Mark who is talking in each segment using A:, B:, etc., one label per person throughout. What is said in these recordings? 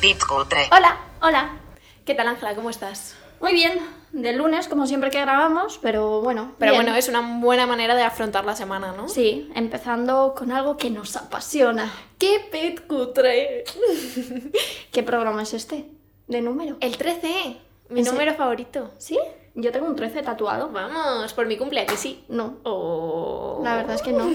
A: tips cutre.
B: Hola,
C: Hola,
B: ¿qué tal Ángela? ¿Cómo estás?
C: muy bien. Del lunes, como siempre que grabamos, pero bueno.
B: Pero
C: bien.
B: bueno, es una buena manera de afrontar la semana, ¿no?
C: Sí, empezando con algo que nos apasiona.
B: ¡Qué pet cutre!
C: ¿Qué programa es este? ¿De número?
B: El
C: ¿eh?
B: 13, mi
C: Ese-
B: número favorito.
C: ¿Sí? Yo tengo un 13 tatuado.
B: Vamos, por mi cumpleaños, que sí.
C: No,
B: Oh.
C: la verdad es que no.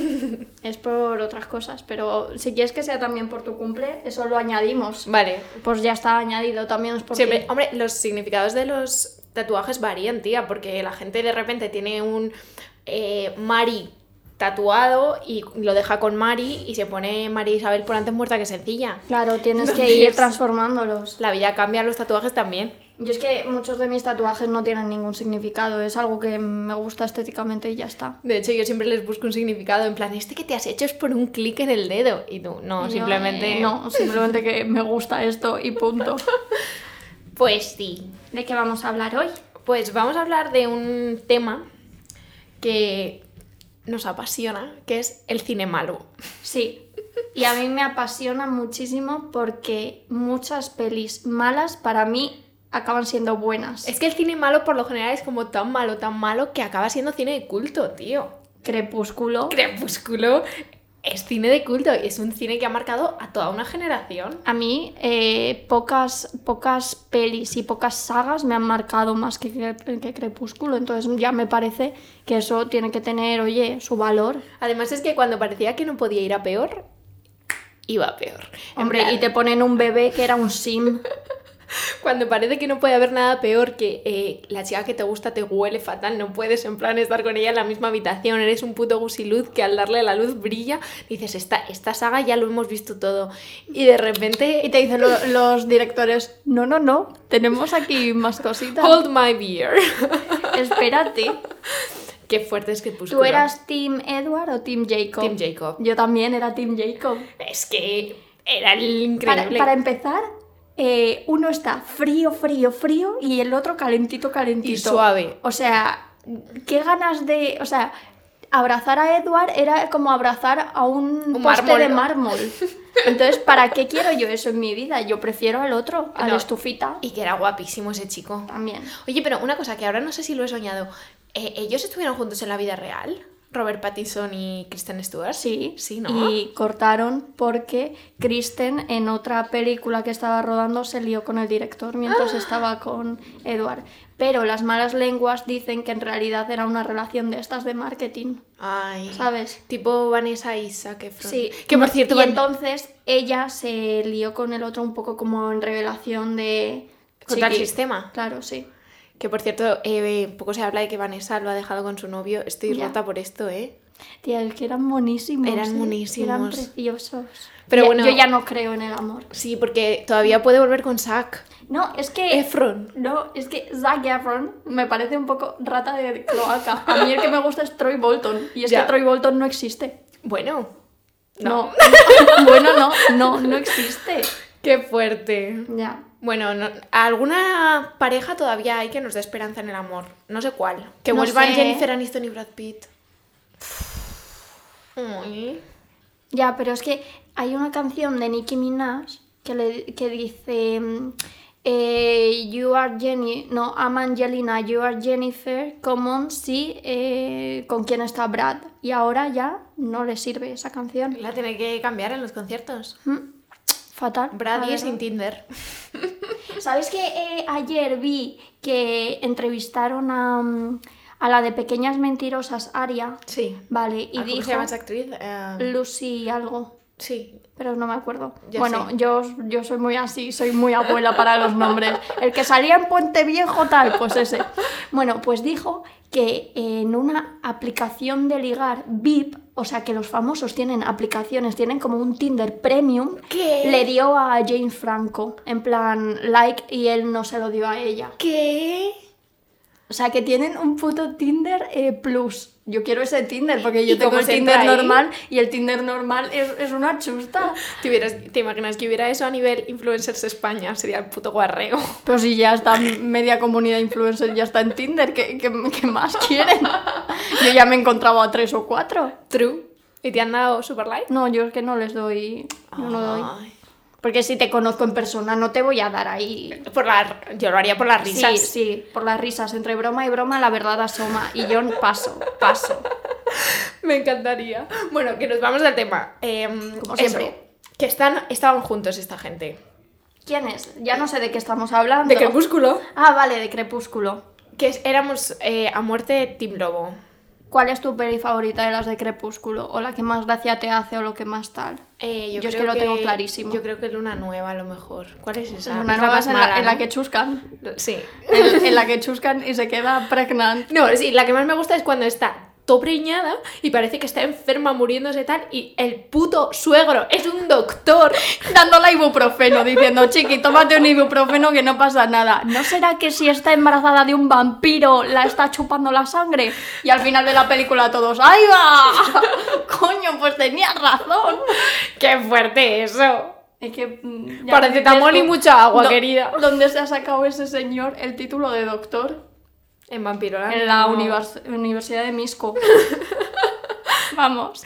C: Es por otras cosas, pero si quieres que sea también por tu cumple, eso lo añadimos.
B: Vale.
C: Pues ya está añadido también. es Porque...
B: Siempre, hombre, los significados de los tatuajes varían, tía, porque la gente de repente tiene un eh, Mari tatuado y lo deja con Mari y se pone María Isabel por antes muerta que sencilla.
C: Claro, tienes
B: No
C: que ir
B: tienes-
C: transformándolos.
B: La vida cambia, los tatuajes también.
C: Yo es que muchos de mis tatuajes no tienen ningún significado, es algo que me gusta estéticamente y ya está.
B: De hecho, yo siempre les busco un significado, en plan, este que te has hecho es por un clic en el dedo. Y tú, no, simplemente...
C: eh, no, simplemente que me gusta esto y punto.
B: Pues sí.
C: ¿De qué vamos a hablar hoy?
B: Pues vamos a hablar de un tema que nos apasiona, que es el cine malo.
C: Sí. Y a mí me apasiona muchísimo porque muchas pelis malas para mí acaban siendo buenas.
B: Es que el cine malo por lo general es como tan malo, tan malo que acaba siendo cine de culto, tío.
C: Crepúsculo.
B: Crepúsculo es cine de culto y es un cine que ha marcado a toda una generación.
C: A mí eh, pocas, pocas pelis y pocas sagas me han marcado más que, Cre- que Crepúsculo, entonces ya me parece que eso tiene que tener, oye, su valor.
B: Además es que cuando parecía que no podía ir a peor, iba a peor. En
C: Hombre,
B: plan,
C: y te ponen un bebé que era un sim.
B: Cuando parece que no puede haber nada peor que eh, la chica que te gusta te huele fatal, no puedes en plan estar con ella en la misma habitación, eres un puto gusiluz que al darle la luz brilla, dices, esta, esta saga ya lo hemos visto todo. Y de repente...
C: Y te dicen lo- los directores, no, no, no, tenemos aquí más cositas.
B: Hold my beer.
C: Espérate.
B: Qué fuerte es que puso.
C: ¿Tú eras Team Edward o Team Jacob?
B: Team Jacob.
C: Yo también era Team Jacob.
B: Es que era el
C: Para,
B: increíble.
C: para empezar, eh, uno está frío, frío, frío y el otro calentito, calentito.
B: Y suave.
C: O sea, qué ganas de. O sea, abrazar a Edward era como abrazar a un,
B: Un
C: poste
B: mármol,
C: de
B: ¿no?
C: mármol. Entonces, ¿para qué quiero yo eso en mi vida? Yo prefiero al otro, a
B: No.
C: la estufita.
B: Y que era guapísimo ese chico.
C: También.
B: Oye, pero una cosa que ahora no sé si lo he soñado. Eh, ¿Ellos estuvieron juntos en la vida real? Robert Pattinson y Kristen Stewart.
C: Sí,
B: Sí, ¿no?
C: Y cortaron porque Kristen en otra película que estaba rodando se lió con el director mientras
B: Ah.
C: estaba con Edward. Pero las malas lenguas dicen que en realidad era una relación de estas de marketing,
B: Ay.
C: ¿sabes?
B: Tipo Vanessa y Zac Efron.
C: Sí.
B: Que por cierto,
C: Y
B: Van-
C: entonces ella se lió con el otro un poco como en revelación de...
B: Contra el
C: Chiqui.
B: sistema.
C: Claro, sí.
B: que por cierto, eh, poco se habla de que Vanessa lo ha dejado con su novio. Estoy
C: Ya.
B: rota por esto, ¿eh?
C: Tía, es que eran buenísimos.
B: Eran
C: ¿eh?
B: buenísimos.
C: Eran preciosos.
B: Pero
C: Ya-
B: bueno-
C: Yo ya no creo en el amor.
B: Sí, porque todavía puede volver con Zac.
C: No, es que...
B: Efron.
C: No, es que Zac Efron me parece un poco rata de cloaca. A mí el que me gusta es Troy Bolton. Y es
B: Ya.
C: que Troy Bolton no existe.
B: Bueno.
C: No. bueno, no, no, no existe.
B: Qué fuerte.
C: Ya.
B: Bueno, no- alguna pareja todavía hay que nos dé esperanza en el amor. No sé cuál. Que
C: No
B: vuelvan
C: sé. ¿eh?
B: Jennifer Aniston y Brad Pitt. Ay.
C: Ya, pero es que hay una canción de Nicki Minaj que, le, que dice. mm, eh, you are Jenny. No, I'm Angelina. You are Jennifer. Come on, sí. eh, ¿Con quién está Brad? Y ahora ya no le sirve esa canción.
B: La tiene que cambiar en los conciertos.
C: Mm, Fatal. la
B: Brad y es
C: verdad.
B: sin Tinder.
C: ¿Sabes que eh, ayer vi que entrevistaron a, mm, a la de Pequeñas Mentirosas, Aria?
B: Sí.
C: Vale, y
B: Ah, ¿Cómo
C: dijo
B: se llama esa actriz? Eh,
C: Lucy algo,
B: sí.
C: pero no me acuerdo.
B: Ya
C: bueno,
B: sé.
C: yo, yo soy muy así, soy muy abuela para los nombres. El que salía en Puente Viejo tal, pues ese. Bueno, pues dijo que en una aplicación de ligar VIP, o sea que los famosos tienen aplicaciones, tienen como un Tinder Premium,
B: ¿Qué?
C: le dio a Jane Franco, en plan like, y él no se lo dio a ella.
B: ¿Qué?
C: O sea, que tienen un puto Tinder eh, Plus. Yo quiero ese Tinder, porque
B: ¿Y
C: yo tengo
B: cómo
C: el
B: se
C: Tinder
B: entra ahí?
C: normal y el Tinder normal es, es una chusta.
B: ¿Te, hubieras- ¿Te imaginas que hubiera eso a nivel influencers España? Sería el puto guarreo.
C: Pero si ya está media comunidad influencer, ya está en Tinder, ¿qué, qué, qué más quieren? Yo ya me encontraba a tres o cuatro.
B: True. ¿Y te han dado super like?
C: No, yo es que no les doy. Yo no doy.
B: Ay.
C: Porque si te conozco en persona no te voy a dar ahí.
B: Por la, yo lo haría por las risas.
C: Sí, sí, por las risas. Entre broma y broma la verdad asoma. Y yo paso, paso.
B: Me encantaría. Bueno, que nos vamos del tema. Eh,
C: Como
B: eso,
C: siempre.
B: que están, estaban juntos esta gente.
C: ¿Quién es? Ya no sé de qué estamos hablando.
B: De Crepúsculo.
C: Ah, vale, de Crepúsculo.
B: Que es- éramos eh, a muerte Team Lobo.
C: ¿Cuál es tu peli favorita de las de Crepúsculo? ¿O la que más gracia te hace o lo que más tal?
B: Eh,
C: Yo es que lo tengo clarísimo.
B: Yo creo que Luna Nueva a lo mejor. ¿Cuál es esa?
C: Una
B: Es
C: nueva es
B: más
C: Ah, en, la,
B: mala,
C: en la
B: ¿no?
C: que chuscan.
B: Sí.
C: En, en la que chuscan y se queda pregnant.
B: No, sí, la que más me gusta es cuando está tobreñada y parece que está enferma, muriéndose tal, y el puto suegro es un doctor.
C: Dándola ibuprofeno, diciendo, chiqui, tómate un ibuprofeno que no pasa nada. ¿No será que si está embarazada de un vampiro la está chupando la sangre? Y al final de la película todos, ¡ahí va! Coño, pues tenía razón.
B: ¡Qué fuerte eso!
C: Es que... mm, ya
B: Paracetamol
C: dices
B: y
C: tú,
B: mucha agua,
C: do-
B: querida.
C: ¿Dónde se ha sacado ese señor el título de doctor?
B: En Vampiroland.
C: En la
B: Ah, no.
C: univers- Universidad de Misco. Vamos.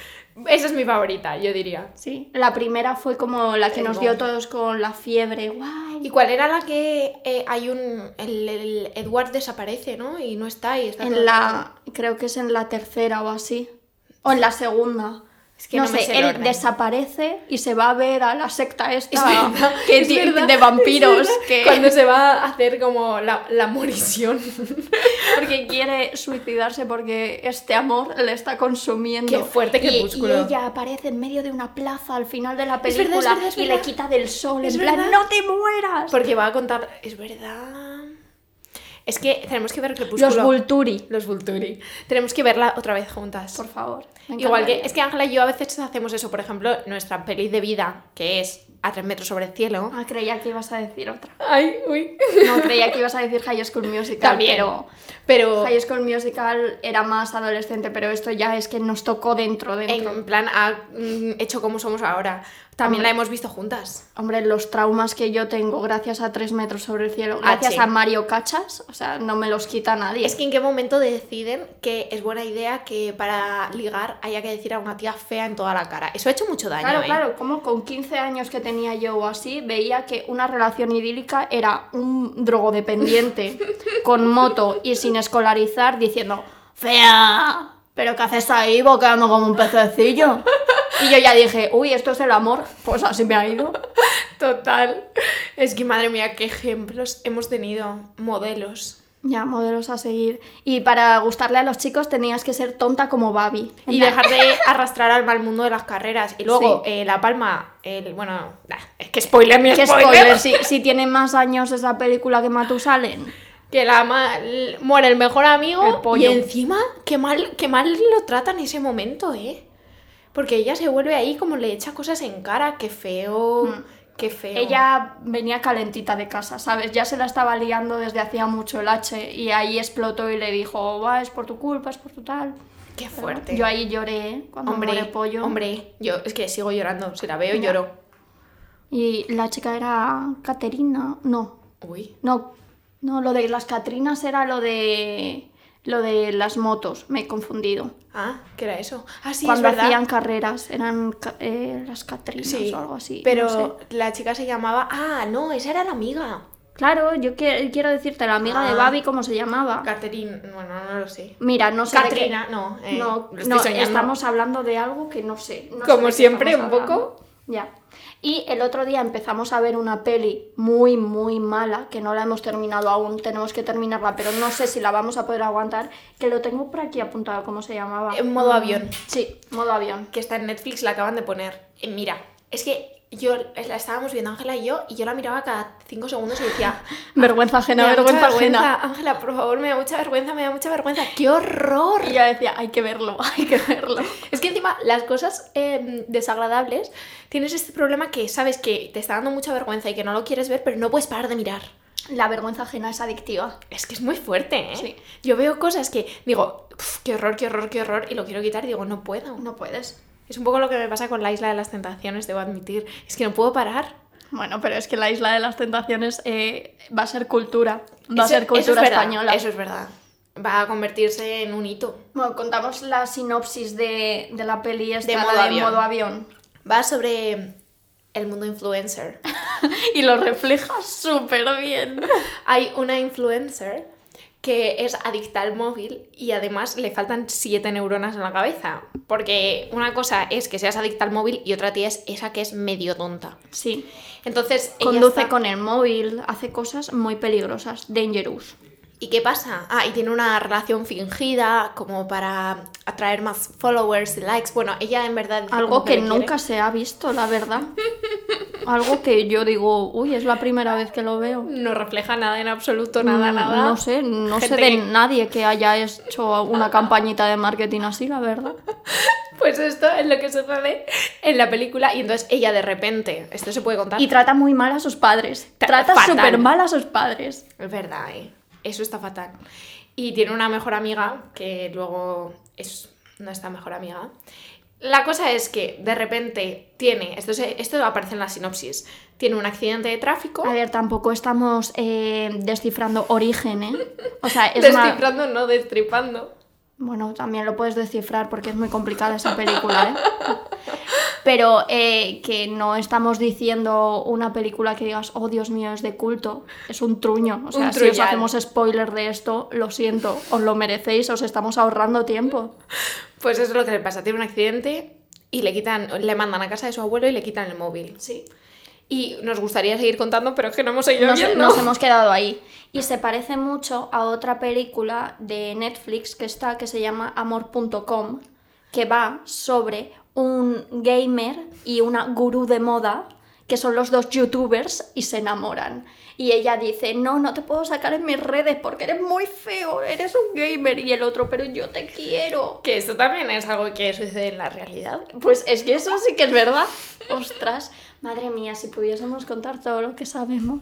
B: Esa es mi favorita, yo diría.
C: Sí. La primera fue como la que
B: El
C: nos
B: bombo.
C: dio todos con la fiebre. Guay.
B: ¿Y cuál era la que eh, hay un. El, el Edward desaparece, ¿no? Y no está y está. todo-
C: En la. Creo que es en la tercera o así. O en la segunda.
B: Es que
C: no,
B: no me
C: sé,
B: sé el
C: él
B: orden.
C: desaparece y se va a ver a la secta esta
B: Es verdad,
C: que
B: es
C: ti-
B: verdad,
C: de
B: es
C: vampiros.
B: verdad.
C: Que...
B: Cuando se va a hacer como la, la morición.
C: Porque quiere suicidarse porque este amor le está consumiendo.
B: Qué fuerte
C: Y-
B: crepúsculo.
C: Y, ella aparece en medio de una plaza al final de la
B: Es verdad,
C: película
B: es verdad, es
C: y le
B: verdad.
C: quita del sol.
B: Es
C: en plan,
B: verdad.
C: ¡no te mueras!
B: Porque va a contar. Es verdad. Es que tenemos que ver Crepúsculo.
C: Los Vulturi.
B: Los Vulturi. Tenemos que verla otra vez juntas.
C: Por favor. me
B: Igual que
C: encantaría.
B: es que Ángela y yo a veces hacemos eso, por ejemplo, nuestra peli de vida, que es a tres metros sobre el cielo.
C: Ah, creía que ibas a decir otra.
B: Ay, uy.
C: No, creía que ibas a decir High School Musical.
B: También.
C: Pero
B: Pero
C: High School Musical era más adolescente, pero esto ya es que nos tocó dentro, dentro.
B: en plan ha mm, hecho como somos ahora. También
C: Hombre.
B: la hemos visto juntas.
C: Hombre, los traumas que yo tengo gracias a Tres Metros Sobre el Cielo,
B: Ah,
C: gracias
B: sí.
C: a Mario Cachas, o sea, no me los quita nadie.
B: Es que en qué momento deciden que es buena idea que para ligar haya que decir a una tía fea en toda la cara. Eso ha hecho mucho daño.
C: Claro,
B: ¿eh?
C: claro, como con 15 años que tenía yo o así, veía que una relación idílica era un drogodependiente con moto y sin escolarizar diciendo, fea, pero ¿qué haces ahí boqueando como un pececillo? Y yo ya dije, uy, esto es el amor, pues así me ha ido.
B: Total. Es que madre mía, qué ejemplos hemos tenido. Modelos.
C: Ya, modelos a seguir. Y para gustarle a los chicos tenías que ser tonta como Babi.
B: Y dejar de arrastrar al mal mundo de las carreras. Y luego,
C: Sí.
B: eh, La Palma, el. Bueno, nah, es que spoiler mi
C: ¿Qué
B: spoiler.
C: spoiler? Si, si tiene más años esa película que Matusalén.
B: Que la ma- l- muere el mejor amigo.
C: El pollo.
B: Y encima, qué mal, qué mal lo trata en ese momento, ¿eh? Porque ella se vuelve ahí como le echa cosas en cara. Qué feo. Qué feo.
C: Mm. Ella
B: oh.
C: venía calentita de casa, ¿sabes? Ya se la estaba liando desde hacía mucho el H y ahí explotó y le dijo, va, es por tu culpa, es por tu tal.
B: Qué
C: Pero
B: fuerte.
C: Yo ahí lloré ¿eh? cuando
B: hombre,
C: muere pollo.
B: hombre, yo es que sigo llorando. Si la veo,
C: Ya.
B: lloro.
C: Y la chica era Caterina, no,
B: Uy.
C: no, no, lo de las Catrinas era lo de lo de las motos, me he confundido.
B: Ah, ¿qué era eso? Ah, sí,
C: cuando
B: es verdad.
C: hacían carreras eran ca- eh, las Catrinas
B: Sí,
C: o algo así.
B: Pero
C: no sé.
B: la chica se llamaba. Ah, no, esa era la amiga.
C: claro, yo que- quiero decirte la amiga de
B: Ah.
C: Babi cómo se llamaba.
B: Catherine, bueno, no lo sé.
C: Mira, no sé. de qué-
B: Catrina, no. eh,
C: no,
B: lo estoy
C: no,
B: soñando.
C: estamos hablando de algo que no sé. no sé
B: Como
C: de qué
B: siempre,
C: estamos
B: un poco.
C: hablando. Ya. Y el otro día empezamos a ver una peli muy, muy mala, que no la hemos terminado aún, tenemos que terminarla, pero no sé si la vamos a poder aguantar, que lo tengo por aquí apuntado, ¿cómo se llamaba?
B: En modo avión.
C: Sí, modo avión.
B: Que está en Netflix, la acaban de poner. Eh, mira, es que yo es- la estábamos viendo Ángela y yo, y yo la miraba cada cinco segundos y decía.
C: Vergüenza
B: Me
C: ajena,
B: da
C: vergüenza,
B: mucha vergüenza,
C: ajena.
B: Ángela, por favor, me da mucha vergüenza, me da mucha vergüenza. ¡Qué horror!
C: Y yo decía, hay que verlo, hay que verlo.
B: Es que encima las cosas eh, desagradables, tienes este problema que sabes que te está dando mucha vergüenza y que no lo quieres ver, pero no puedes parar de mirar.
C: La vergüenza ajena es adictiva.
B: Es que es muy fuerte, ¿eh?
C: Sí.
B: Yo veo cosas que digo, "Uf, qué horror, qué horror, qué horror, y lo quiero quitar y digo, no puedo.
C: No puedes.
B: Es un poco lo que me pasa con la isla de las tentaciones, debo admitir. Es que no puedo parar.
C: Bueno, pero es que la Isla de las Tentaciones eh, va a ser cultura. Va a
B: Eso-
C: ser cultura
B: eso es verdad,
C: española.
B: Eso es verdad. Va a convertirse en un hito.
C: Bueno, contamos la sinopsis de, de la peli esta
B: De
C: la
B: modo
C: de
B: avión.
C: modo avión.
B: Va sobre el mundo influencer.
C: y lo refleja súper bien.
B: Hay una influencer que es adicta al móvil y además le faltan siete neuronas en la cabeza. Porque una cosa es que seas adicta al móvil y otra tía es esa que es medio tonta.
C: Sí.
B: Entonces, ella
C: Conduce
B: está-
C: con el móvil, hace cosas muy peligrosas, dangerous.
B: ¿Y qué pasa? Ah, y tiene una relación fingida como para atraer más followers y likes. Bueno, ella en verdad... dice
C: Algo
B: como
C: que
B: le quiere.
C: nunca se ha visto, la verdad. Algo que yo digo, uy, es la primera vez que lo veo.
B: No refleja nada en absoluto, nada,
C: Mm,
B: nada.
C: No sé, no sé
B: Gente
C: de
B: que-
C: nadie que haya hecho una campañita de marketing así, la verdad.
B: Pues esto es lo que sucede en la película y entonces ella de repente, esto se puede contar.
C: Y trata muy mal a sus padres.
B: Ta-
C: Trata
B: fatal.
C: súper mal a sus padres.
B: Es verdad, ¿eh? eso está fatal. Y tiene una mejor amiga que luego es nuestra mejor amiga. La cosa es que de repente tiene, esto, se- esto aparece en la sinopsis, tiene un accidente de tráfico.
C: A ver, tampoco estamos eh, descifrando origen, ¿eh? O sea, es una-
B: Descifrando, no destripando.
C: Bueno, también lo puedes descifrar porque es muy complicada esa película, ¿eh? Pero eh, que no estamos diciendo una película que digas, oh Dios mío, es de culto, es un truño. O sea,
B: Un
C: si os
B: truñal.
C: hacemos spoiler de esto, lo siento, os lo merecéis, os estamos ahorrando tiempo.
B: Pues eso es lo que le pasa, tiene un accidente y le quitan, le mandan a casa de su abuelo y le quitan el móvil.
C: Sí.
B: Y nos gustaría seguir contando, pero es que no hemos seguido
C: Nos,
B: viendo.
C: nos hemos quedado ahí. Y se parece mucho a otra película de Netflix que está, que se llama Amor.com, que va sobre un gamer y una gurú de moda, que son los dos youtubers y se enamoran. Y ella dice, no, no te puedo sacar en mis redes porque eres muy feo, eres un gamer y el otro, pero yo te quiero.
B: Que esto también es algo que sucede en la realidad.
C: Pues es que eso sí que es verdad. Ostras, madre mía, si pudiésemos contar todo lo que sabemos.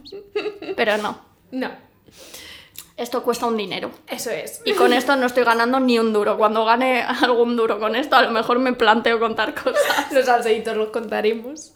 C: Pero no,
B: No,
C: esto cuesta un dinero.
B: eso es.
C: Y con esto no estoy ganando ni un duro. Cuando gane algún duro con esto, a lo mejor me planteo contar cosas.
B: Los alceditos los contaremos.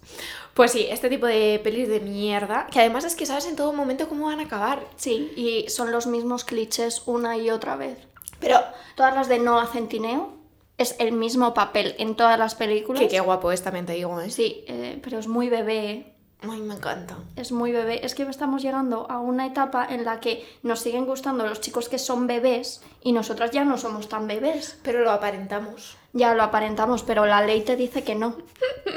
B: Pues sí, este tipo de pelis de mierda, que además es que sabes en todo momento cómo van a acabar.
C: Sí, y son los mismos clichés una y otra vez.
B: Pero
C: Todas las de Noah Centineo es el mismo papel en todas las películas.
B: que qué guapo es, también te digo, ¿eh?
C: Sí, eh, pero es muy bebé. ¿eh?
B: Ay, me encanta.
C: Es muy bebé. Es que estamos llegando a una etapa en la que nos siguen gustando los chicos que son bebés y nosotras ya no somos tan bebés.
B: Pero lo aparentamos.
C: Ya lo aparentamos, pero la ley te dice que no.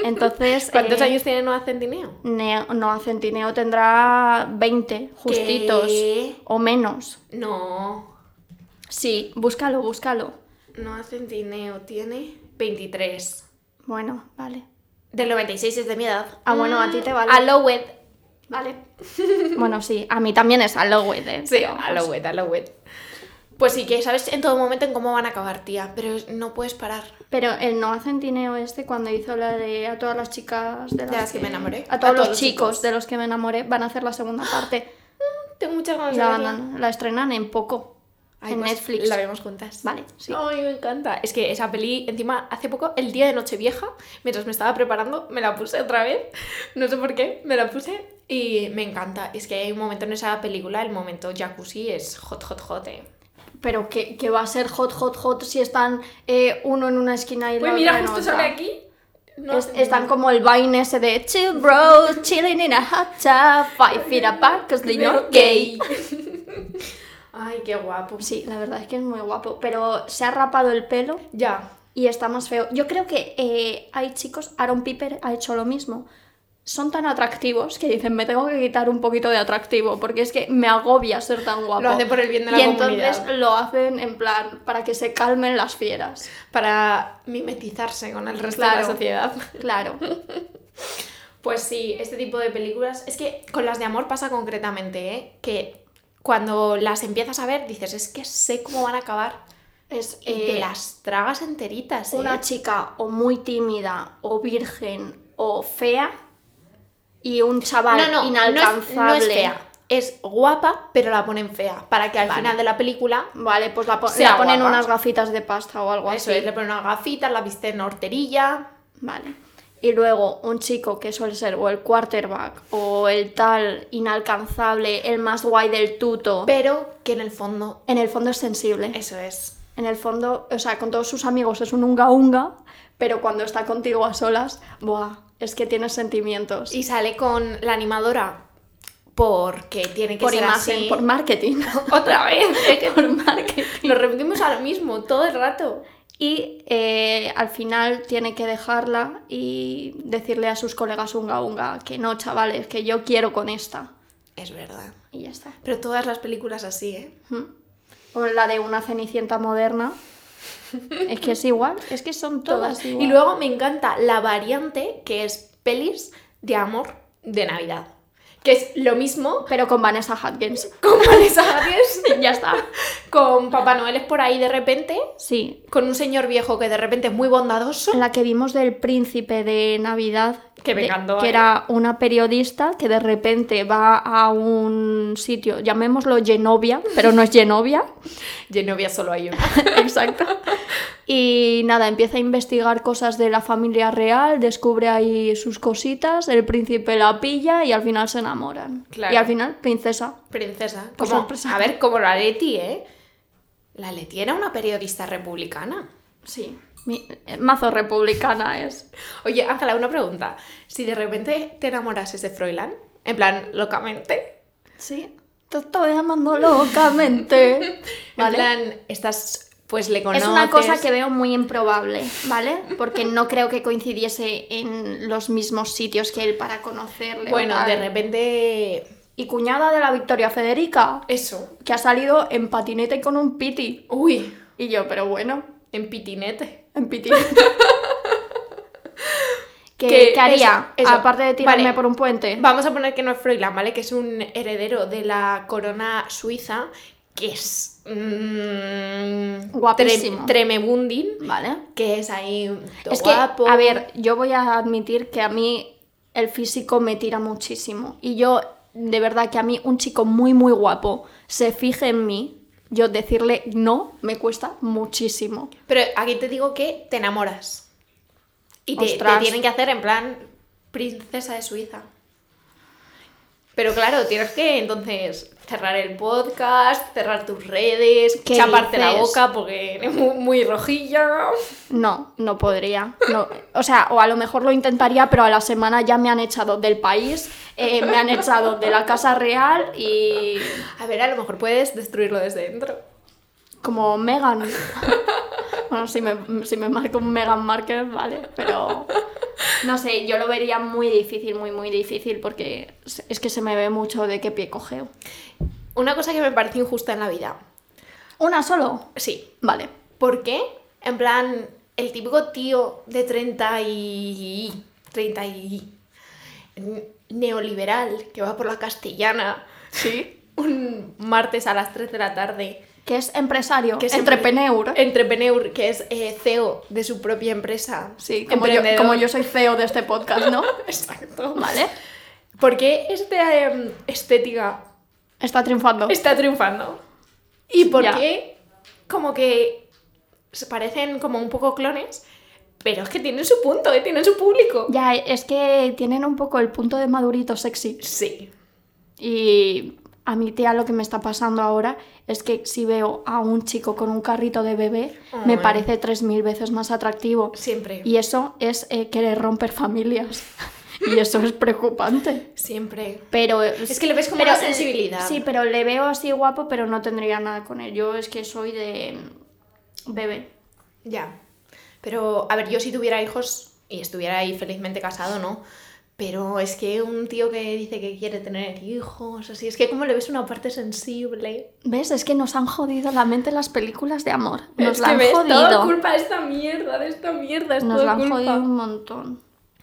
C: Entonces.
B: ¿Cuántos
C: eh,
B: años tiene Noah Centineo?
C: Neo, no, Centineo tendrá 20 justitos
B: ¿Qué?
C: o menos.
B: No,
C: Sí, búscalo, búscalo.
B: Noah Centineo tiene 23.
C: Bueno, vale.
B: Del 96 es de mi edad. Mm,
C: Ah, bueno, a ti te vale.
B: Alowed.
C: Vale. bueno, sí, a mí también es Halloween, ¿eh?
B: Sí,
C: Pero, pues,
B: Alowed, Alowed. Pues sí, que sabes en todo momento en cómo van a acabar, tía. Pero no puedes parar.
C: Pero el Noah Centineo este, cuando hizo la de a todas las chicas de las,
B: las que me enamoré.
C: A todos, los chicos, de los que me enamoré, van a hacer la segunda parte.
B: Tengo muchas ganas de
C: la,
B: verla.
C: la estrenan en poco.
B: Ay,
C: en
B: pues,
C: Netflix.
B: La vemos juntas.
C: Vale, sí.
B: Ay, me encanta. Es que esa peli, encima, hace poco, el día de Nochevieja, mientras me estaba preparando, me la puse otra vez. No sé por qué, me la puse y me encanta. Es que hay un momento en esa película, el momento jacuzzi es hot, hot, hot. Eh.
C: Pero que, que va a ser hot, hot, hot si están eh, uno en una esquina y la
B: Uy,
C: otra
B: mira,
C: en
B: justo
C: otra.
B: sale aquí. No
C: Es-
B: hace
C: están
B: nada.
C: como el vaina ese de Chill bros, chilling in a hot tub, five feet apart, cause they are gay.
B: Ay, qué guapo.
C: Sí, la verdad es que es muy guapo, pero se ha rapado el pelo
B: Ya.
C: y está más feo. Yo creo que eh, hay chicos, Aaron Piper ha hecho lo mismo. Son tan atractivos que dicen, me tengo que quitar un poquito de atractivo, porque es que me agobia ser tan guapo.
B: Lo hace por el bien de la
C: Y entonces
B: comunidad.
C: lo hacen en plan, para que se calmen las fieras.
B: Para mimetizarse con el resto de la
C: Claro.
B: sociedad.
C: Claro.
B: Pues sí, este tipo de películas. Es que con las de amor pasa concretamente, ¿eh? Que cuando las empiezas a ver dices, es que sé cómo van a acabar.
C: Es,
B: Y
C: eh,
B: te las tragas enteritas, ¿eh?
C: una chica o muy tímida o virgen o fea y un chaval
B: no, no, No es,
C: inalcanzable.
B: no es fea. Es guapa, pero la ponen fea. Para que al
C: Vale.
B: final de la película.
C: Vale, pues la po-
B: Sea
C: le ponen
B: guapa.
C: unas gafitas de pasta o algo
B: Eso
C: así.
B: es, le ponen unas gafitas, la viste en horterilla.
C: Vale. Y luego un chico que suele ser o el quarterback o el tal inalcanzable, el más guay del tuto.
B: Oh. Pero que en el fondo.
C: en el fondo es sensible.
B: Eso es.
C: En el fondo, o sea, con todos sus amigos es un unga unga, pero cuando está contigo a solas, ¡buah! es que tiene sentimientos.
B: Y sale con la animadora porque tiene que
C: por
B: ser
C: imagen,
B: así.
C: por marketing.
B: Otra vez. es que
C: por marketing.
B: Nos repetimos ahora mismo, todo el rato.
C: Y eh, al final tiene que dejarla y decirle a sus colegas unga unga que no, chavales, que yo quiero con esta.
B: Es verdad.
C: Y ya está.
B: Pero todas las películas así, ¿eh?
C: Mm. O la de una cenicienta moderna. es que es igual, es que son todas, igual.
B: Y luego me encanta la variante que es pelis de amor de Navidad. Que es lo mismo
C: Pero con Vanessa Hudgens.
B: con Vanessa Hudgens,
C: ya está.
B: con Papá Noel es por ahí de repente,
C: Sí.
B: con un señor viejo que de repente es muy bondadoso.
C: La que vimos del príncipe de Navidad.
B: Que me
C: de-
B: encantó,
C: que
B: ¿eh?
C: era una periodista que de repente va a un sitio, llamémoslo Genovia, pero no es Genovia.
B: Y en novia solo hay uno.
C: Exacto. Y nada, empieza a investigar cosas de la familia real, descubre ahí sus cositas, el príncipe la pilla y al final se enamoran.
B: Claro.
C: Y al final, princesa.
B: Princesa.
C: Pues
B: Como-
C: sorpresa.
B: a ver, como la Leti, ¿eh? La Leti era una periodista republicana.
C: Sí. eh, mazo republicana es.
B: Oye, Ángela, una pregunta. Si de repente te enamorases de Froilán, en plan, locamente,
C: Sí. Te estoy llamando locamente.
B: en plan, estás, pues le conoces...
C: Es una cosa que veo muy improbable, ¿vale? Porque no creo que coincidiese en los mismos sitios que él para conocerle. o
B: Bueno,
C: tal.
B: de repente...
C: Y cuñada de la Victoria Federica,
B: Eso.
C: que ha salido en patinete con un piti.
B: Uy,
C: Y yo, pero bueno,
B: en pitinete.
C: en pitillo. ¿Qué,
B: Que
C: qué haría?
B: eso, eso.
C: Aparte de tirarme
B: Vale.
C: por un puente.
B: Vamos a poner que no es Froilán, ¿vale? Que es un heredero de la corona suiza, que es... mm,
C: Guapísimo.
B: tre- tremebundin.
C: Vale.
B: que es ahí todo
C: Es que,
B: guapo.
C: a ver, yo voy a admitir que a mí el físico me tira muchísimo. Y yo, de verdad, que a mí un chico muy, muy guapo se fije en mí, yo decirle no me cuesta muchísimo.
B: Pero aquí te digo que te enamoras. Y te,
C: Ostras.
B: te tienen que hacer en plan princesa de Suiza. Pero claro, tienes que entonces cerrar el podcast, cerrar tus redes,
C: ¿Qué
B: chaparte la
C: dices?
B: boca porque eres muy, muy rojilla.
C: No, no podría. No. O sea, o a lo mejor lo intentaría, pero a la semana ya me han echado del país, eh, me han echado de la Casa Real y
B: A ver, a lo mejor puedes destruirlo desde dentro.
C: como Megan. Bueno, si me, si me marco un Megan Marker, vale, pero no sé, yo lo vería muy difícil, muy, muy difícil, porque es- es que se me ve mucho de qué pie cogeo.
B: Una cosa que me parece injusta en la vida.
C: ¿Una solo?
B: Sí.
C: Vale.
B: ¿Por qué? En plan, el típico tío de 30 y... 30 y... neoliberal que va por la castellana
C: Sí.
B: un martes a las 3 de la tarde.
C: Que es empresario,
B: Que
C: que
B: es Eh,
C: es entrepreneur.
B: Entrepreneur, que es eh, CEO de su propia empresa.
C: Sí, como yo,
B: Emprendedor.
C: como yo soy CEO de este podcast, ¿no?
B: Exacto.
C: Vale.
B: ¿Por qué esta em, estética
C: Está triunfando.
B: está triunfando? Oh. ¿Y por
C: Ya.
B: qué? Como que se parecen como un poco clones, pero es que tienen su punto, ¿eh? tienen su público.
C: Ya, es que tienen un poco el punto de madurito sexy.
B: Sí.
C: Y a mi tía lo que me está pasando ahora es que si veo a un chico con un carrito de bebé, me
B: Ay.
C: parece 3.000 veces más atractivo.
B: Siempre.
C: Y eso es eh, querer romper familias. y eso es preocupante.
B: Siempre.
C: Pero
B: Es que le ves como una sensibilidad.
C: Sí, pero le veo así guapo, pero no tendría nada con él. Yo es que soy de mm, bebé.
B: Ya. Pero, a ver, yo si tuviera hijos y estuviera ahí felizmente casado, ¿no? Pero es que un tío que dice que quiere tener hijos, así, es que como le ves una parte sensible.
C: ¿Ves? Es que nos han jodido la mente las películas de amor. Nos
B: es
C: la
B: que
C: han
B: ves,
C: jodido.
B: todo culpa de esta mierda, de esta mierda, es
C: Nos
B: todo
C: la han
B: culpa.
C: jodido un montón.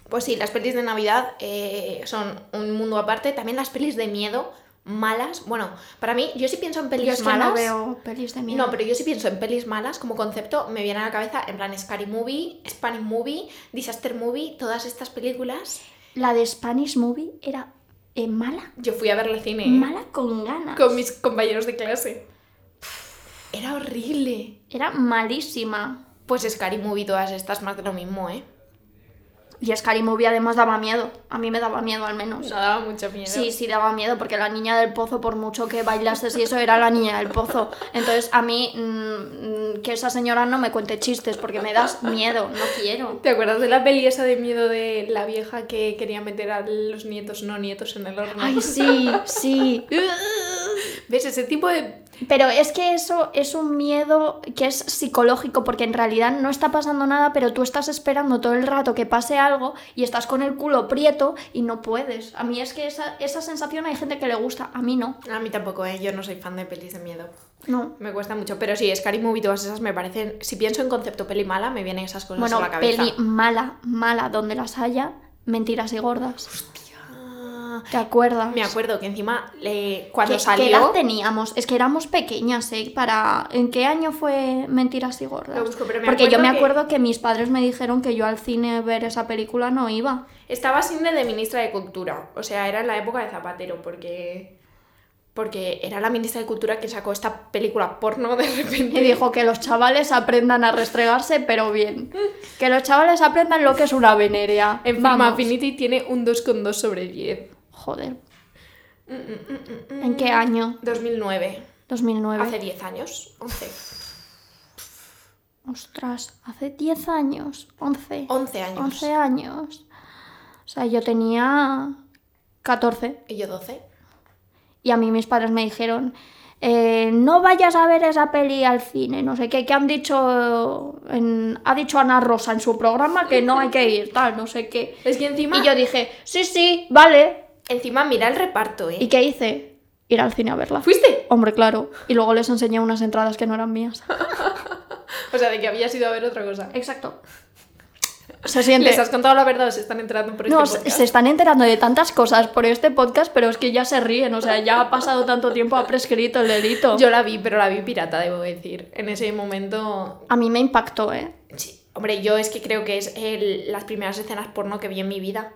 B: Pues sí, las pelis de Navidad eh, son un mundo aparte. También las pelis de miedo, malas. Bueno, para mí, yo sí pienso en pelis
C: Yo es que
B: malas.
C: no veo pelis de miedo.
B: No, pero yo sí pienso en pelis malas como concepto, me viene a la cabeza en plan Scary Movie, Spanish Movie, Disaster Movie, todas estas películas.
C: La de Spanish Movie era eh, mala.
B: Yo fui a ver al cine
C: Mala con ganas.
B: con mis compañeros de clase. Era horrible.
C: Era malísima.
B: Pues Scary Movie, todas estas, más de lo mismo, ¿eh?
C: Y Scary Movie además daba miedo. A mí me daba miedo al menos.
B: No daba mucho miedo.
C: Sí, sí daba miedo, porque la niña del pozo, por mucho que bailases y eso, era la niña del pozo. Entonces, a mí, mm, mm, que esa señora no me cuente chistes, porque me das miedo, no quiero.
B: ¿Te acuerdas de la peli esa de miedo de la vieja que quería meter a los nietos no nietos en el horno?
C: Ay, sí, sí.
B: ¿Ves? Ese tipo de...
C: Pero es que eso es un miedo que es psicológico, porque en realidad no está pasando nada, pero tú estás esperando todo el rato que pase algo y estás con el culo prieto y no puedes. A mí es que esa, esa sensación hay gente que le gusta, a mí no.
B: A mí tampoco, ¿eh? Yo no soy fan de pelis de miedo.
C: No.
B: Me cuesta mucho, pero sí, Scary Movie, todas esas me parecen... Si pienso en concepto peli mala, me vienen esas cosas
C: Bueno,
B: a la cabeza.
C: peli mala, mala, donde las haya, mentiras y gordas.
B: Hostia.
C: ¿Te acuerdas?
B: Ah, Me acuerdo que encima eh, cuando
C: ¿Qué,
B: salió...
C: qué edad teníamos? Es que éramos pequeñas, ¿eh? Para... ¿En qué año fue Mentiras y Gordas?
B: Lo busco, pero me
C: Porque yo
B: acuerdo
C: me
B: que-
C: acuerdo que... mis padres me dijeron que yo al cine ver esa película no iba.
B: Estaba Sinde de ministra de Cultura, o sea, era en la época de Zapatero, porque porque era la ministra de Cultura que sacó esta película porno de repente.
C: Y dijo que los chavales aprendan a restregarse, pero bien. Que los chavales aprendan lo que es una venerea.
B: En Film
C: Vamos.
B: Affinity tiene un 2,2 sobre 10.
C: Joder. ¿En qué año?
B: 2009.
C: 2009.
B: Hace 10 años. 11.
C: Ostras, hace 10 años. 11.
B: 11 años.
C: 11 años. O sea, yo tenía 14.
B: Y yo 12.
C: Y a mí mis padres me dijeron, eh, no vayas a ver esa peli al cine, no sé qué, que han dicho, en- ha dicho Ana Rosa en su programa que no hay que ir, tal, no sé qué.
B: Es que encima...
C: Y yo dije, sí, sí, vale.
B: Encima mira el reparto, ¿eh?
C: ¿Y qué hice? Ir al cine a verla.
B: ¿Fuiste?
C: Hombre, claro. Y luego les enseñé unas entradas que no eran mías.
B: O sea, de que habías ido a ver otra cosa.
C: Exacto. Se siente.
B: ¿Les has contado la verdad o se están entrando por este
C: No, se
B: podcast?
C: se están enterando de tantas cosas por este podcast, pero es que ya se ríen, o sea, ya ha pasado tanto tiempo, ha prescrito el delito.
B: Yo la vi, pero la vi pirata, debo decir. En ese momento
C: A mí me impactó, ¿eh?
B: Sí. Hombre, yo es que creo que es el- las primeras escenas porno que vi en mi vida.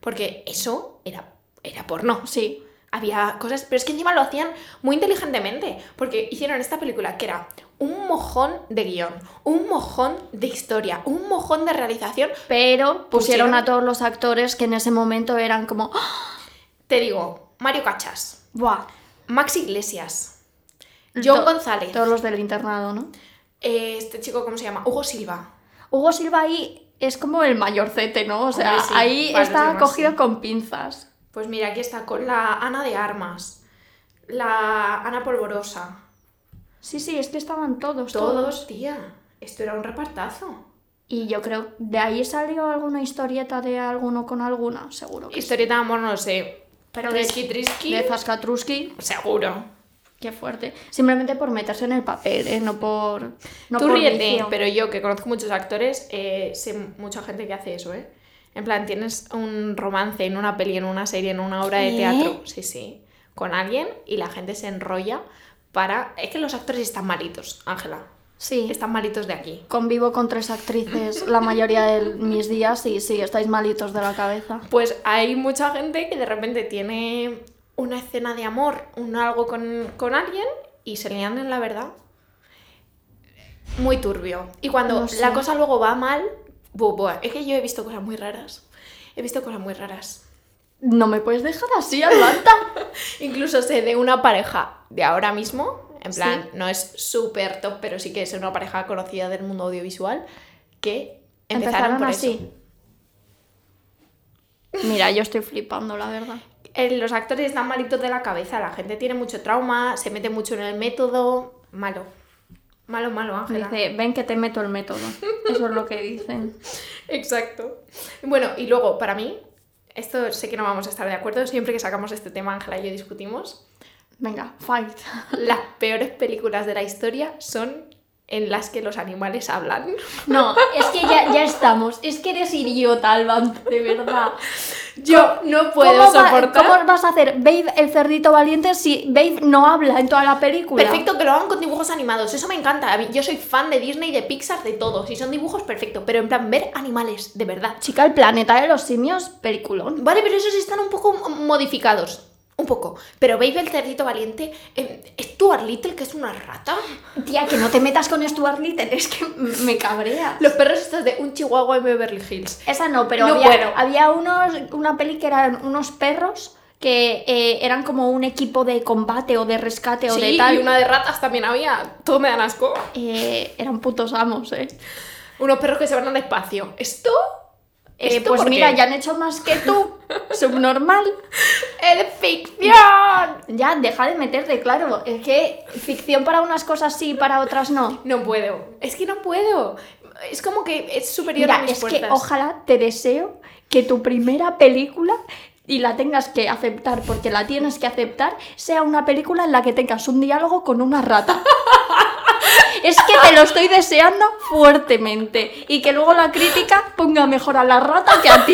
B: Porque eso era, era porno.
C: Sí.
B: Había cosas, pero es que encima lo hacían muy inteligentemente, porque hicieron esta película que era un mojón de guión, un mojón de historia, un mojón de realización.
C: Pero pusieron,
B: Pusieron-
C: a todos los actores que en ese momento eran como, ¡Ah!
B: Te digo, Mario Cachas,
C: ¡buah!
B: Max Iglesias, John
C: To-
B: González,
C: Todos los del internado, ¿no?
B: eh, este chico, ¿cómo se llama? Hugo Silva.
C: Hugo Silva ahí es como el mayorcete, ¿no? O sea,
B: Hombre, sí,
C: ahí
B: para los
C: está
B: demás,
C: cogido
B: sí.
C: con pinzas.
B: Pues mira, aquí está con la Ana de Armas, la Ana Polvorosa,
C: Sí, sí, es que estaban todos, todos.
B: Todos, tía. Esto era un repartazo.
C: Y yo creo, de ahí salió alguna historieta de alguno con alguna, seguro. Que sí.
B: Historieta de amor, no lo sé.
C: Pero de,
B: Trisky, Trisky.
C: de Zaskatruski,
B: Seguro.
C: qué fuerte. Simplemente por meterse en el papel, ¿eh? No por... No
B: Tú
C: por
B: ríete,
C: vicio.
B: pero yo que conozco muchos actores, eh, sé mucha gente que hace eso, ¿eh? En plan, tienes un romance en una peli, en una serie, en una obra de
C: ¿Qué?
B: teatro, sí, sí, con alguien y la gente se enrolla para... Es que los actores están malitos, Ángela.
C: Sí.
B: Están malitos de aquí.
C: Convivo con tres actrices la mayoría de mis días y sí, estáis malitos de la cabeza.
B: Pues hay mucha gente que de repente tiene una escena de amor, un algo con, con alguien y se lían en la verdad. Muy turbio. Y cuando
C: No sé.
B: la cosa luego va mal, bu- buah, es que yo he visto cosas muy raras. He visto cosas muy raras.
C: No me puedes dejar así, Atlanta.
B: Incluso sé de una pareja de ahora mismo, en
C: Sí.
B: plan, no es súper top, pero sí que es una pareja conocida del mundo audiovisual, que empezaron, por eso.
C: así. Mira, yo estoy flipando, la verdad.
B: Eh, los actores están malitos de la cabeza, la gente tiene mucho trauma, se mete mucho en el método. Malo. Malo, malo, Ángela.
C: Dice, ven que te meto el método. Eso es lo que dicen.
B: Exacto. Bueno, y luego, para mí, esto sé que no vamos a estar de acuerdo, siempre que sacamos este tema, Ángela y yo discutimos,
C: Venga, fight.
B: las peores películas de la historia son en las que los animales hablan.
C: No, es que ya, ya estamos. Es que eres idiota, Alban, de verdad.
B: Yo no puedo
C: ¿Cómo va-
B: soportar...
C: ¿Cómo vas a hacer Babe el cerdito valiente si Babe no habla en toda la película?
B: Perfecto, que lo hagan con dibujos animados, eso me encanta. A mí- Yo soy fan de Disney, de Pixar, de todo. Si son dibujos, perfecto. Pero en plan, ver animales, de verdad.
C: Chica, el planeta de los simios, peliculón.
B: Vale, pero esos están un poco modificados. Un poco. Pero Babe el cerdito valiente, eh, Stuart Little, que es una rata.
C: Tía, que no te metas con Stuart Little, es que me cabrea.
B: Los perros estos de un chihuahua en Beverly Hills.
C: Esa no, pero
B: No
C: había,
B: puedo.
C: había unos, una peli que eran unos perros que eh, eran como un equipo de combate o de rescate o de
B: Sí,
C: tal.
B: y una de ratas también había. Todo me dan asco.
C: Eh, eran putos amos, ¿eh?
B: Unos perros que se van al espacio. ¿Esto?
C: Eh,
B: ¿Esto
C: pues
B: por
C: mira,
B: qué?
C: ya han hecho más que tú, subnormal.
B: ¡Es de ficción!
C: Ya, deja de meterte, claro. Es que ficción para unas cosas sí, para otras no.
B: No puedo. Es que no puedo. Es como que es superior a
C: Mira,
B: mis
C: es
B: fuerzas.
C: que ojalá te deseo que tu primera película, y la tengas que aceptar porque la tienes que aceptar, sea una película en la que tengas un diálogo con una rata. Es que te lo estoy deseando fuertemente. Y que luego la crítica ponga mejor a la rata que a ti.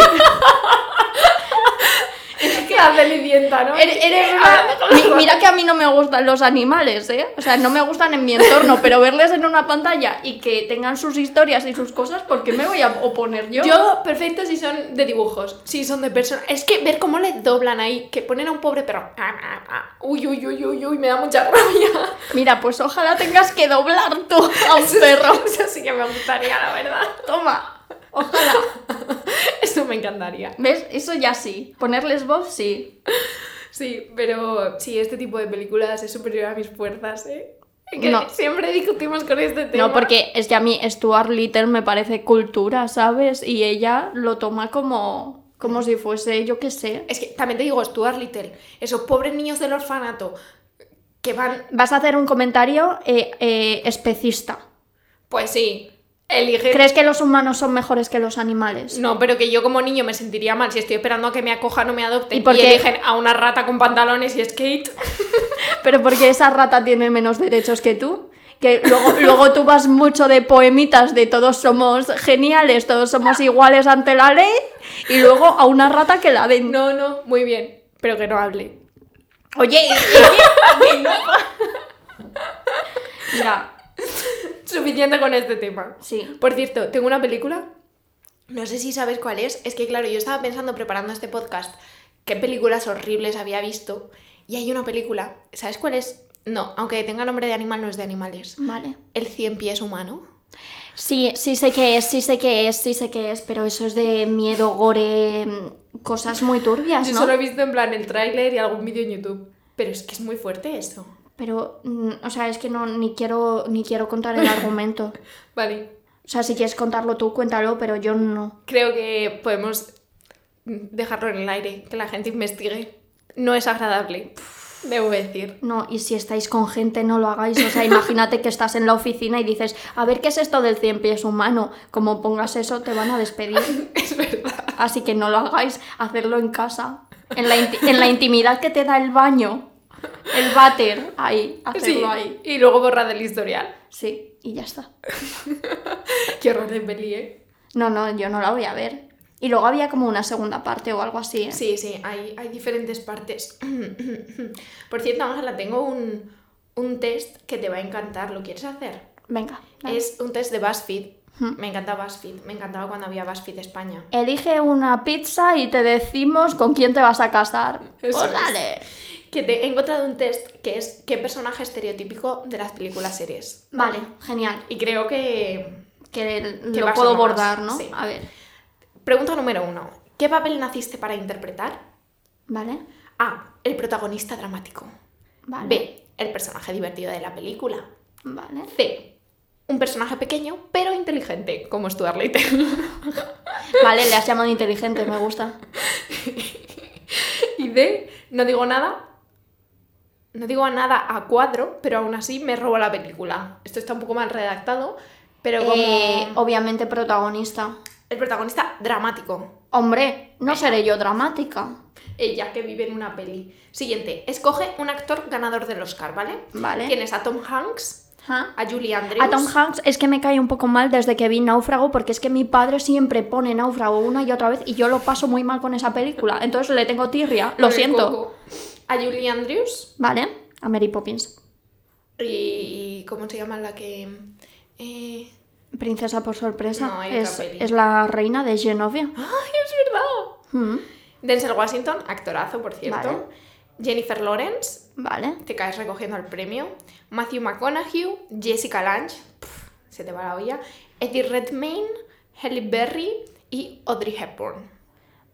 B: Es que la cenicienta, ¿no?
C: Eres- eres una- Mi- Mira que a mí no me gustan los animales, ¿eh? O sea, no me gustan en mi entorno, pero verles en una pantalla y que tengan sus historias y sus cosas, ¿por qué me voy a oponer yo?
B: Yo, perfecto si son de dibujos, si son de personas. Es que ver cómo le doblan ahí, que ponen a un pobre perro. Ah, Uy, uy, uy, uy, uy, me da mucha rabia.
C: Mira, pues ojalá tengas que doblar tú a un perro.
B: Eso sí que me gustaría, la verdad.
C: Toma, ojalá.
B: Eso me encantaría.
C: ¿Ves? Eso ya sí. Ponerles voz, sí.
B: Sí, pero sí, este tipo de películas es superior a mis fuerzas, ¿eh? Que
C: No.
B: Siempre discutimos con este tema.
C: No, porque es que a mí Stuart Little me parece cultura, ¿sabes? Y ella lo toma como, como si fuese, yo qué sé.
B: Es que también te digo, Stuart Little, esos pobres niños del orfanato que van.
C: Vas a hacer un comentario eh, eh, especista.
B: Pues sí, eligen.
C: ¿Crees que los humanos son mejores que los animales?
B: No, pero que yo como niño me sentiría mal si estoy esperando a que me acojan o me adopten.
C: ¿Y por
B: y
C: qué?
B: eligen a una rata con pantalones y skate.
C: Pero porque esa rata tiene menos derechos que tú. Que luego, luego tú vas mucho de poemitas de todos somos geniales, todos somos iguales ante la ley. Y luego a una rata que la den.
B: No, no, muy bien. Pero que no hable.
C: Oye, y- y- y- no. Mira,
B: Suficiente con este tema.
C: sí.
B: Por cierto, tengo una película. No sé si sabes cuál es. Es que, claro, yo estaba pensando preparando este podcast qué películas horribles había visto. Y hay una película. ¿Sabes cuál es? No, aunque tenga nombre de animal, no es de animales.
C: Vale.
B: El cien pies humano.
C: Sí, sí sé qué es, sí sé qué es, sí sé qué es, pero eso es de miedo, gore, mm, cosas muy turbias,
B: Yo
C: ¿no?
B: solo he visto en plan el tráiler y algún vídeo en YouTube. Pero es que es muy fuerte eso.
C: Pero, mm, o sea, es que no, ni quiero, ni quiero contar el argumento.
B: Vale,
C: O sea, si quieres contarlo tú, cuéntalo, pero yo no.
B: creo que podemos dejarlo en el aire, que la gente investigue. No es agradable, debo decir.
C: No, y si estáis con gente, no lo hagáis. O sea, imagínate que estás en la oficina y dices, a ver, ¿qué es esto del cien pies humano? Como pongas eso, te van a despedir.
B: Es verdad.
C: Así que no lo hagáis, hacerlo en casa. En la, inti- en la intimidad que te da el baño, el váter, ahí, hacerlo
B: Sí,
C: ahí.
B: Y luego borra del historial.
C: Sí, y ya está.
B: Qué horror de peli, ¿eh?
C: No, no, yo no la voy a ver. Y luego había como una segunda parte o algo así. ¿eh?
B: Sí, sí, hay, hay diferentes partes. Por cierto, Ángela, tengo un, un test que te va a encantar. ¿Lo quieres hacer?
C: Venga. dale.
B: Es un test de BuzzFeed.
C: Hmm.
B: Me encanta BuzzFeed. Me encantaba cuando había BuzzFeed España.
C: Elige una pizza y te decimos con quién te vas a casar.
B: Eso
C: Pues
B: es.
C: dale.
B: Que te he encontrado un test que es qué personaje estereotípico de las películas series.
C: Vale, genial.
B: Y creo que...
C: Que l-
B: Que
C: lo
B: vas a
C: puedo
B: nomás,
C: bordar, ¿no?
B: sí.
C: A ver.
B: Pregunta número uno. ¿Qué papel naciste para interpretar?
C: Vale.
B: A. El protagonista dramático.
C: Vale.
B: B. El personaje divertido de la película.
C: Vale.
B: C. Un personaje pequeño pero inteligente, como Stuart Little.
C: Vale, le has llamado inteligente, me gusta.
B: y D. No digo nada. No digo nada a cuadro, pero aún así me robo la película. Esto está un poco mal redactado, pero como
C: Eh, obviamente protagonista.
B: el protagonista dramático.
C: Hombre, no seré yo dramática.
B: Ella que vive en una peli. Siguiente, escoge un actor ganador del Oscar, ¿vale?
C: Vale.
B: Tienes a Tom Hanks,
C: Ajá.
B: a Julie Andrews.
C: A Tom Hanks es que me cae un poco mal desde que vi Náufrago porque es que mi padre siempre pone Náufrago una y otra vez y yo lo paso muy mal con esa película. Entonces le tengo tirria,
B: con
C: lo
B: el
C: siento.
B: coco. A Julie Andrews
C: Vale, a Mary Poppins.
B: y ¿cómo se llama la que eh...
C: Princesa por sorpresa.
B: No, hay otra
C: es,
B: peli.
C: es la reina de Genovia.
B: Ay, es verdad.
C: Mm.
B: Denzel Washington, actorazo, por cierto.
C: Vale.
B: Jennifer Lawrence,
C: Vale.
B: te caes recogiendo el premio. Matthew McConaughey, Jessica Lange, pf, se te va la olla. Eddie Redmayne, Halle Berry y Audrey Hepburn.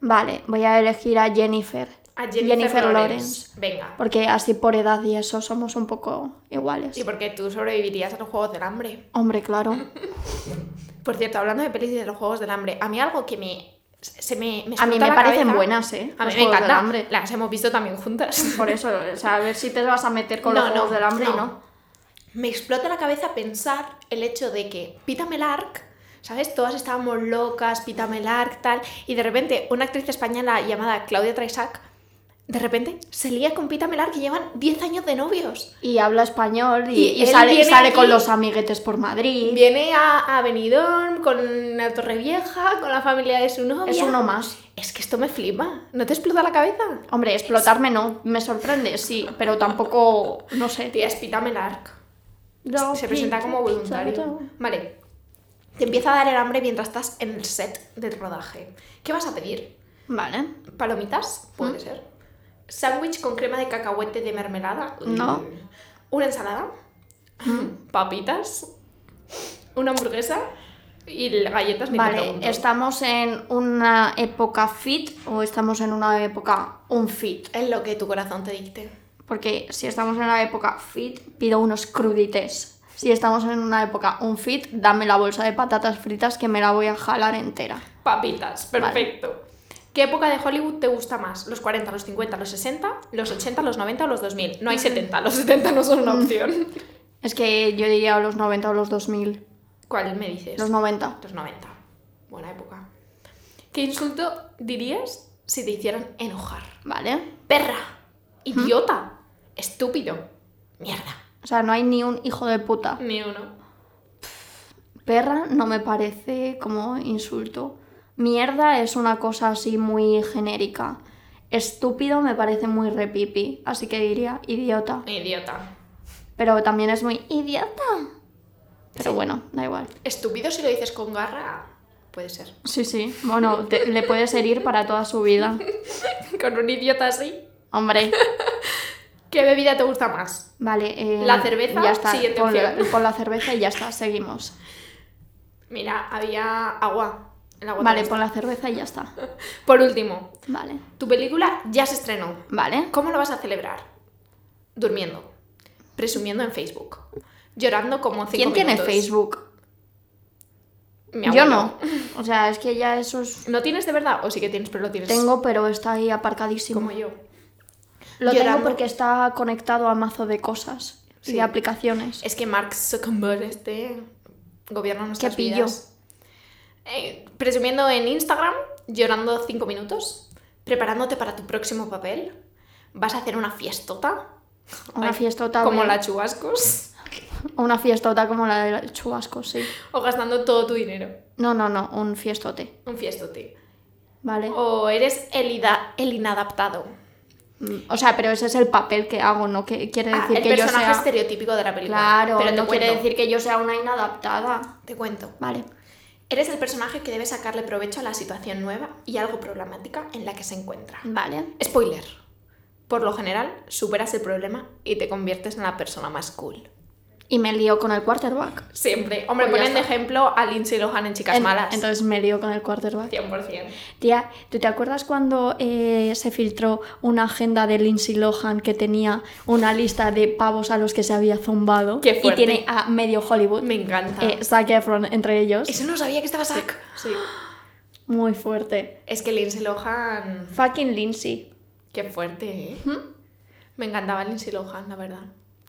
C: Vale, voy a elegir a Jennifer.
B: A Jennifer, Lawrence. Venga.
C: Porque así por edad y eso somos un poco iguales.
B: Y porque tú sobrevivirías a los Juegos del Hambre.
C: Hombre, claro.
B: Por cierto, hablando de pelis y de los Juegos del Hambre, a mí algo que me... Se me, me
C: A mí
B: explota
C: me
B: la
C: parecen
B: cabeza-
C: buenas, ¿eh?
B: A
C: Los
B: mí me
C: Juegos del
B: encanta.
C: Hambre.
B: Las hemos visto también juntas.
C: Por eso, o sea, a ver si te vas a meter con
B: No,
C: los
B: no,
C: juegos del hambre
B: no.
C: y no.
B: me explota la cabeza pensar el hecho de que Pítame Lark, ¿sabes? Todas estábamos locas, Pítame Lark, tal, y de repente una actriz española llamada Claudia Traisac, de repente se lía con Pítame Lark y llevan 10 años de novios.
C: Y habla español y,
B: Y
C: y
B: él
C: sale, y
B: viene
C: sale
B: aquí.
C: con los amiguetes por Madrid.
B: Viene a, a Benidorm con la Torrevieja, con la familia de su novia.
C: Es uno más.
B: Es que esto me flipa. ¿No te explota la cabeza?
C: Hombre, explotarme no, me sorprende, sí, pero tampoco, no sé.
B: Tía, es Pítame Lark. se presenta como voluntario. Vale. Te empieza a dar el hambre mientras estás en el set del rodaje. ¿Qué vas a pedir?
C: Vale.
B: Palomitas, puede ser. Sándwich con crema de cacahuete de mermelada.
C: No.
B: Mm. Una ensalada. ¿Mm? Papitas. Una hamburguesa. Y l- galletas ni te pregunto.
C: Vale, ¿estamos en una época fit o estamos en una época un fit?
B: Es lo que tu corazón te dicte.
C: Porque si estamos en una época fit, pido unos crudités. Si estamos en una época un fit, dame la bolsa de patatas fritas que me la voy a jalar entera.
B: Papitas, perfecto. ¿Qué época de Hollywood te gusta más? ¿Los 40, los 50, los 60, los 80, los 90 o los 2000? No hay 70, los 70 no son
C: Mm.
B: una opción.
C: Es que yo diría los 90 o los 2000.
B: ¿Cuál me dices?
C: Los 90.
B: Los 90. Buena época. ¿Qué insulto dirías si te hicieran enojar?
C: Vale.
B: Perra,
C: ¿Mm?
B: idiota, estúpido, mierda.
C: O sea, no hay ni un hijo de puta.
B: Ni uno.
C: Perra no me parece como insulto. Mierda es una cosa así muy genérica. Estúpido me parece muy repipi, así que diría idiota.
B: Idiota.
C: Pero también es muy idiota. Pero bueno, da igual.
B: Estúpido si lo dices con garra. Puede ser.
C: Sí, sí. Bueno, te- le puedes herir para toda su vida.
B: Con un idiota así.
C: Hombre.
B: ¿Qué bebida te gusta más?
C: Vale. eh,
B: La cerveza,
C: Ya está.
B: siguiente
C: Con la,
B: opción.
C: con la cerveza y ya está. Seguimos.
B: Mira, había agua. El agua
C: Vale,
B: te gusta.
C: con la cerveza y ya está.
B: Por último,
C: Vale.
B: tu película ya se estrenó.
C: Vale.
B: ¿Cómo lo vas a celebrar? Durmiendo. Presumiendo en Facebook. Llorando como cinco
C: ¿Quién tiene
B: minutos.
C: Facebook?
B: Mi
C: Yo
B: abuelo.
C: no. O sea, es que ya eso es
B: ¿No tienes de verdad? ¿O sí que tienes, pero lo tienes
C: Tengo, pero está ahí aparcadísimo.
B: como yo?
C: Lo
B: Llorando.
C: tengo porque está conectado a mazo de cosas
B: Sí.
C: y de aplicaciones.
B: Es que Mark Zuckerberg este gobierna nuestras
C: Qué pillo.
B: vidas. Eh, presumiendo en Instagram, llorando cinco minutos, preparándote para tu próximo papel. Vas a hacer una fiestota.
C: Una
B: Ay,
C: fiestota
B: Como
C: bien.
B: la chubascos.
C: Una fiestota como la del chubasco, sí.
B: O gastando todo tu dinero.
C: No, no, no, un fiestote.
B: Un fiestote.
C: ¿Vale?
B: O eres el, ida- el inadaptado.
C: Mm, O sea, pero ese es el papel que hago, no que quiere
B: Ah,
C: decir
B: el
C: que yo
B: personaje
C: sea.
B: estereotípico de la película.
C: Claro,
B: pero te
C: no quiere
B: cuento,
C: decir que yo sea una inadaptada.
B: Te cuento.
C: Vale.
B: Eres el personaje que debe sacarle provecho a la situación nueva y algo problemática en la que se encuentra.
C: Vale.
B: Spoiler. Por lo general, superas el problema y te conviertes en la persona más cool.
C: Y me lío con el quarterback.
B: Siempre. Hombre,
C: Pues ya
B: ponen de
C: está.
B: ejemplo a Lindsay Lohan en Chicas
C: En-
B: Malas.
C: Entonces me lío con el quarterback.
B: 100%.
C: Tía, ¿tú te acuerdas cuando eh, se filtró una agenda de Lindsay Lohan que tenía una lista de pavos a los que se había zumbado?
B: Qué
C: y
B: fuerte.
C: tiene a medio Hollywood,
B: Me encanta.
C: eh, Zac Efron entre ellos.
B: Eso no sabía que estaba Zack. Sí.
C: Muy fuerte.
B: Es que Lindsay Lohan...
C: Fucking Lindsay.
B: Qué fuerte, ¿eh?
C: Ujú.
B: Me encantaba Lindsay Lohan, la verdad.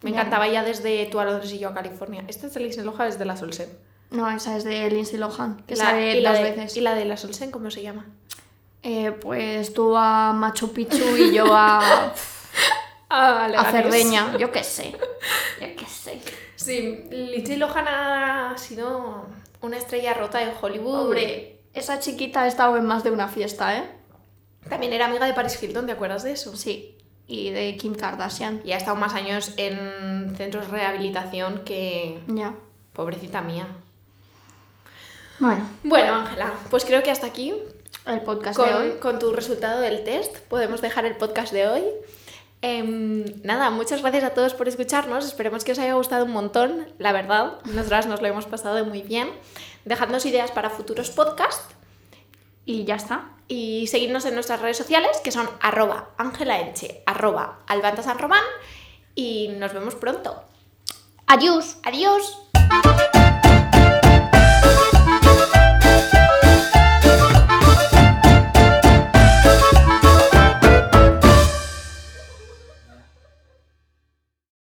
B: Me
C: Ya.
B: encantaba ya desde Tú a Londres y yo a California. Esta es de Lindsay Lohan desde la Solsen.
C: No, esa es de Lindsay Lohan, que
B: La-
C: sale
B: y la
C: dos
B: de-
C: veces.
B: ¿Y la de la Solsen cómo se llama?
C: Eh, pues tú a Machu Picchu y yo a,
B: Ah,
C: a Cerdeña. Yo qué sé. Yo qué sé.
B: Sí, Lindsay Lohan ha sido una estrella rota en Hollywood.
C: Hombre, esa chiquita ha estado en más de una fiesta, ¿eh?
B: También era amiga de Paris Hilton, ¿te acuerdas de eso?
C: Sí. Y de Kim Kardashian.
B: Y ha estado más años en centros de rehabilitación que...
C: Ya.
B: Pobrecita mía.
C: Bueno,
B: Bueno, Ángela, pues creo que hasta aquí
C: el podcast de
B: con,
C: hoy.
B: con tu resultado del test podemos dejar el podcast de hoy. Em, nada, muchas gracias a todos por escucharnos. Esperemos que os haya gustado un montón, la verdad. Nosotras nos lo hemos pasado muy bien. Dejadnos ideas para futuros podcasts
C: Y ya está.
B: y seguidnos en nuestras redes sociales que son arroba angelaenche, arroba albanta san román y nos vemos pronto.
C: Adiós.
B: Adiós.